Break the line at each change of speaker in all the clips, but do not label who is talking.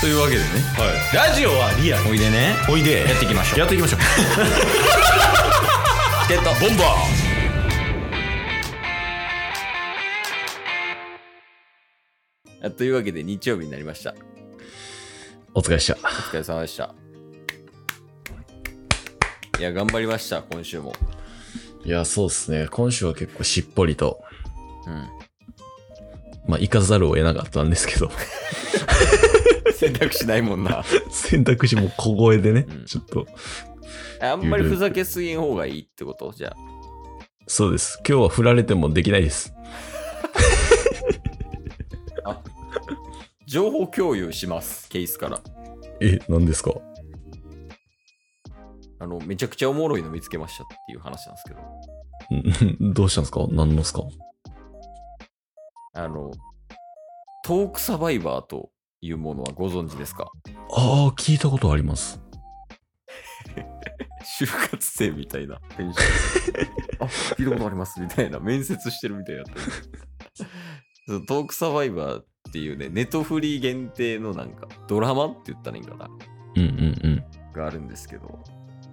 というわけでね
ラジオはリアル
おいでね
おいで
やっていきましょう
やっていきましょう
チケットボンバーあというわけで日曜日になりました
お疲れっした
お疲れ様でしたいや頑張りました今週も
いやそうっすね今週は結構しっぽりと
うん
まあ行かざるを得なかったんですけど
選択しないもん な
選択肢も小声でね、
うん
ちょっと
あんまりふざけすぎん方がいいってことじゃあ
そうです今日は振られてもできないです
情報共有しますケースから
え何ですか
あのめちゃくちゃおもろいの見つけましたっていう話なんですけど
うん どうしたんですか何のですか
あのトークサバイバーというものはご存知ですか
ああ聞いたことあります
就活生みたいなテンションあ聞いたことありますみたいな面接してるみたいなそのトークサバイバーっていうねネトフリー限定のなんかドラマって言ったらいいんかな
うんうん
があるんですけど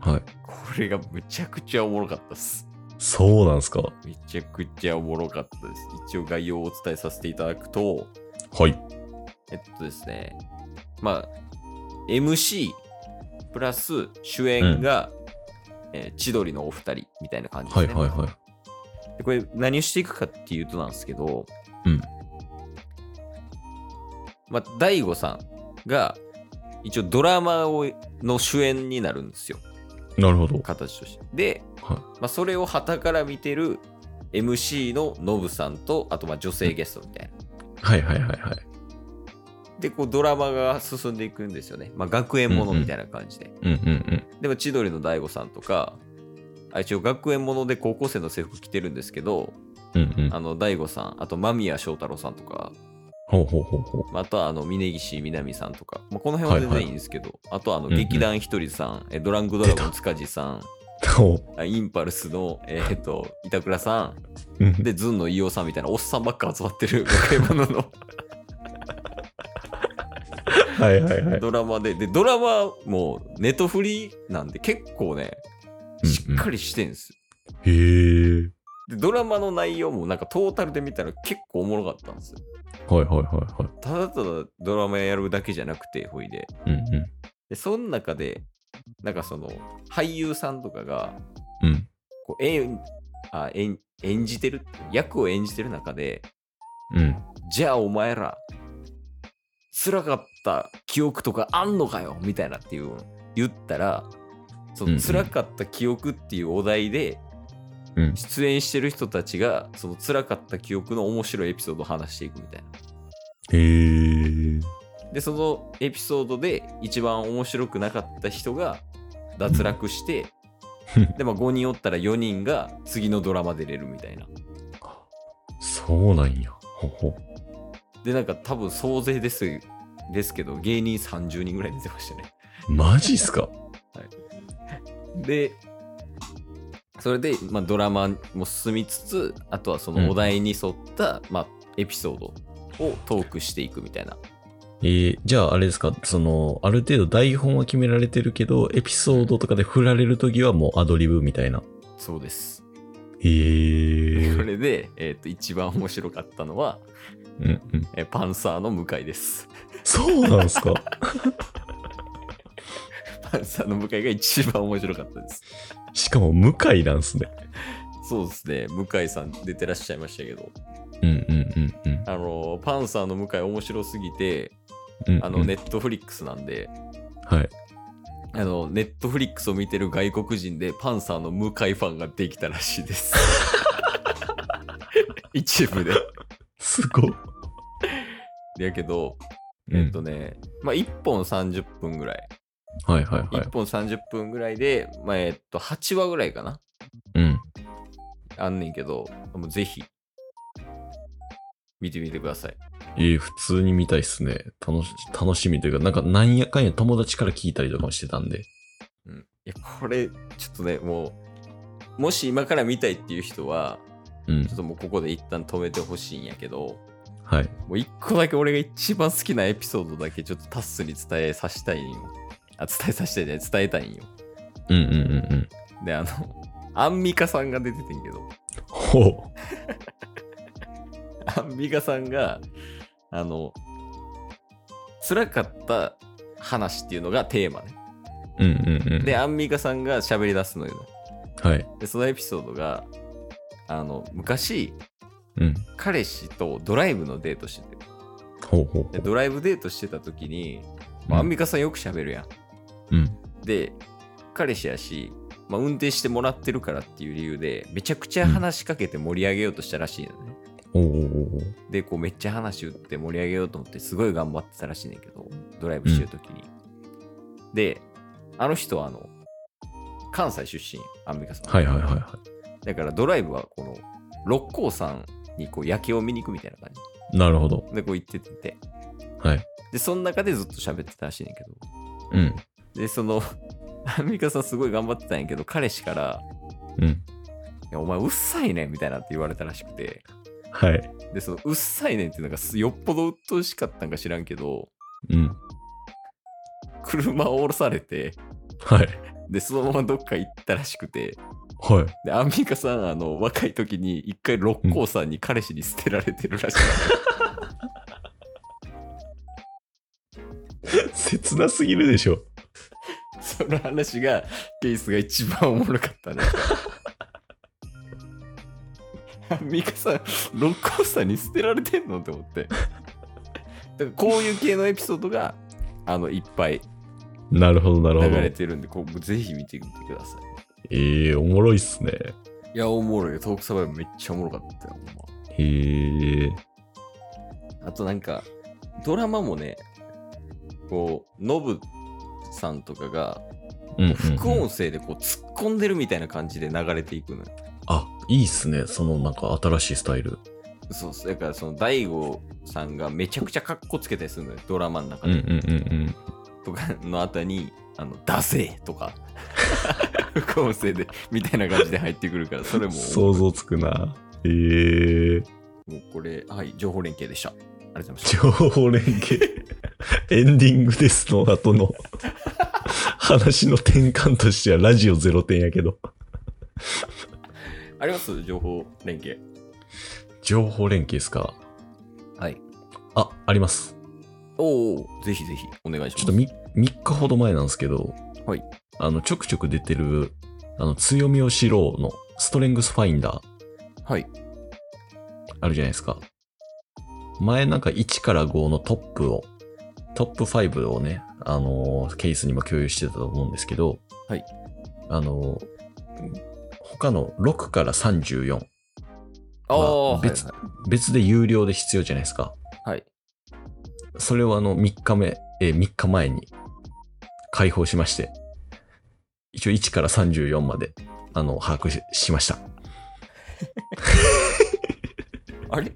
うんはい
これがむちゃくちゃおもろかったっす
そうなんですか
めちゃくちゃおもろかったです一応概要をお伝えさせていただくと
はい
えっとですねまあ MC プラス主演が、えー千鳥のお二人みたいな感じで
は
すね、
いはいはい
でこれ何をしていくかっていうとなんですけど、
うん
まあ、大悟さんが一応ドラマをの主演になるんですよ
なるほど
形としてで、
はい
まあ、それを旗から見てる MC のノブさんとあとまあ女性ゲストみたいな
はいはいはいはい
でこうドラマが進んでいくんですよね、まあ、学園ものみたいな感じで、
うんうん
でも千鳥の大悟さんとかあ一応学園もので高校生の制服着てるんですけど、
うんうんうん
あの大悟さんあと間宮祥太朗さんとか
ほうほうほうほう
まああとはあの峯岸みなみさんとか、まあ、この辺は全然いいんですけど、あとはあの
うんうん
劇団ひとりさん、えドランクドラゴン塚地さん
ほう
あインパルスの、えーっと板倉さ
うん
んでズンの飯尾さんみたいなおっさんばっか集まって る若い者の
はいはいはい
ドラマででドラマもネットフリーなんで結構ねしっかりしてんですよ、
へえ
でドラマの内容もなんかトータルで見たら結構おもろかったんですよ
はいはいはいは
ただただドラマやるだけじゃなくてほいで
いうんうん
でその中でなんかその俳優さんとかが
うん
こう演あ演演じてる役を演じてる中で
うん
じゃあお前ら辛かった記憶とかあんのかよみたいなっていうのを言ったらそ
うんう
の
ん
辛かった記憶っていうお題で
うん
出演してる人たちがその辛かった記憶の面白いエピソードを話していくみたい
へえ
なでそのエピソードで一番面白くなかった人が脱落して、
うん
でまあ5人おったら4人が次のドラマ出れるみたいな
そうなんやほほ
でなんか多分総勢ですですけど芸人30人ぐらい出てましたね
マジっすか
でそれで、まあ、ドラマも進みつつあとはそ
うん
のお題に沿った、まあ、エピソードをトークしていくみたいな
えー、じゃああれですかそのある程度台本は決められてるけどエピソードとかで振られるときはもうアドリブみたいな
そうです
へえ
それで、えー、と一番面白かったのは、
うんうん
えーパンサーの向井です
そうなんすか
パンサーの向井が一番面白かったです
しかも向井なんすね
そうですね向井さん出てらっしゃいましたけど
うんうんうんうん
あのーパンサーの向井面白すぎて
うんうん
あのネットフリックスなんで、
はい
あの、ネットフリックスを見てる外国人でパンサーの向井ファンができたらしい です。一部で。
すごっ
やけど、
うん
えっとね、まあ、1本30分ぐらい。
はいはいはい
1本30分ぐらいで、まあ、えっと、8話ぐらいかな。
うん
あんねんけど、もうぜひ、見てみてください。
えー、普通に見たいっすね。楽し、楽しみというか、なんか、なんやかんや友達から聞いたりとかもしてたんで。
うん。いや、これ、ちょっとね、もう、もし今から見たいっていう人は、
うん
ちょっ。ともうここで一旦止めてほしいんやけど、
はい。
もう一個だけ俺が一番好きなエピソードだけちょっとタッスに伝えさせたいんよ。あ、伝えさせたいじゃない、伝えたいんよ。
うんうんうんうん。
で、あの、 アンミカさんが出ててんけど、
ほ
アンミカさんが、あの、辛かった話っていうのがテーマね。
う。うんうんうん。
で、アンミカさんが喋り出すのよ。
はい。
で、そのエピソードが、あの、昔、
うん。
彼氏とドライブのデートしてて。
ほうほうほ
で、ドライブデートしてた時に、
う。
まあアンミカさんよく喋るやん。
うん。
で、彼氏やし、まあ、運転してもらってるからっていう理由で、めちゃくちゃ話しかけて盛り上げようとしたらしいのね。
おうおうおうおう。
で、こうめっちゃ話打って盛り上げようと思って、すごい頑張ってたらしいねんだけど、ドライブしてるときに。で、あの人はあの、関西出身、アンミカさん。
はいはいはいは
だからドライブはこの、六甲山にこう夜景を見に行くみたいな感
い。なるほど。
じ。で、こう行ってて。
はい。
で、その中でずっと喋ってたらしいねんけど。
うん。
で、その、アンミカさんすごい頑張ってたんやけど、彼氏から、
うん。
いやお前うっさいねんみたいなって言われたらしくて
はい。
でそのうっさいねんっていうのがすよっぽど鬱陶しかったんか知らんけど
うん。
車を降ろされて
はい。
でそのままどっか行ったらしくて
はい。
でアンミカさんあの若い時に一回六甲山に彼氏に捨てられてるらしい、
切なすぎるでしょ。
その話がケースが一番おもろかったねアンミカさん六甲山に捨てられてんのって思ってだからこういう系のエピソードがあのいっぱい
なるほど、なるほ
流
ど。
れ
え
てるんで、こうぜひ見てみてください。
えー、おもろいっすね。
いや、おもろいよ。トークサバイバーめっちゃおもろかったよ。ほん
へえ。
まあとなんか、ドラマもね、こう、ノブさんとかが、
うんうんうん
副音声でこう突っ込んでるみたいな感じで流れていくのよ。
あ、いいっすね。そのなんか新しいスタイル。
そうそう。だから、その、大悟さんがめちゃくちゃかっこつけたりするのよ。ドラマの中
うん
で。
うんうん
とかの後に、あの、出せとか、 副音声で、みたいな感じで入ってくるから、それ
うん。
も、
想像つくな。へえ。
もうこれ、はい、情報連携でした。ありがとうございました。
情報連携。エンディングですの後の話の転換としてはラジオ0点やけど。
あります情報連携。
情報連携ですか
はい。
あ、あります。
おお、ぜひぜひお願いしま
ち
す。
ょっと 3, 日ほど前なんですけど、
はい
あの、ちょくちょく出てる、あの、強みを知ろうのストレングスファインダー
はい。
あるじゃないですか。前なんか1から5のトップを、トップ5をね、あのーケースにも共有してたと思うんですけど、
はい。
あのー他の6から34、
ああ、
まあ
はい
別別で有料で必要じゃないですか。
はい。
それをあの3日目、えー、3日前に開放しまして、一応1から34まで、あの、把握ししました。
あれ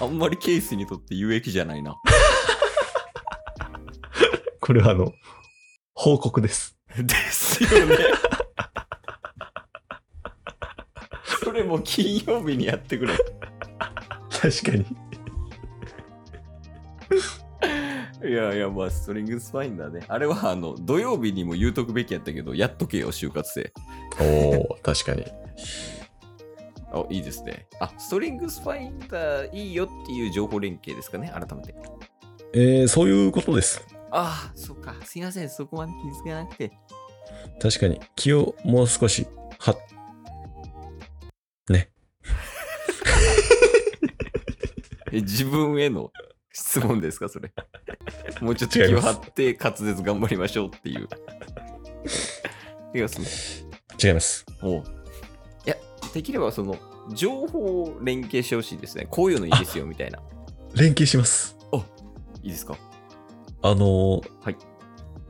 あんまりケースにとって有益じゃない な。
これはあの、報告です。
ですよね。 それも金曜日にやってくれ。
確かに。
いやいや、まあ、ストリングスファインダーね。あれは、あの、土曜日にも言うとくべきやったけど、やっとけよ、就活生。
おお確かに。
あ、いいですね。あ、ストリングスファインダーいいよっていう情報連携ですかね、改めて。
えーそういうことです。
ああ、そっか。すいません、そこまで気づけなくて。
確かに。気をもう少し、は、
え自分への質問ですかそれ もうちょっと
違
気
い
を
ます
張って滑舌頑張りましょうっていう違いますね
違います。
おういやできればその情報を連携してほしいですねこういうのいいですよみたいな
連携します。
いいですか
あのー
はい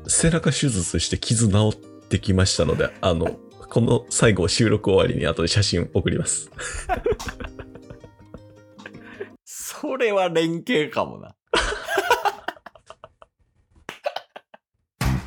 背中手術して傷治ってきましたので、あの、この最後収録終わりに後で写真送ります。
それは連携かもな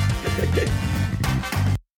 す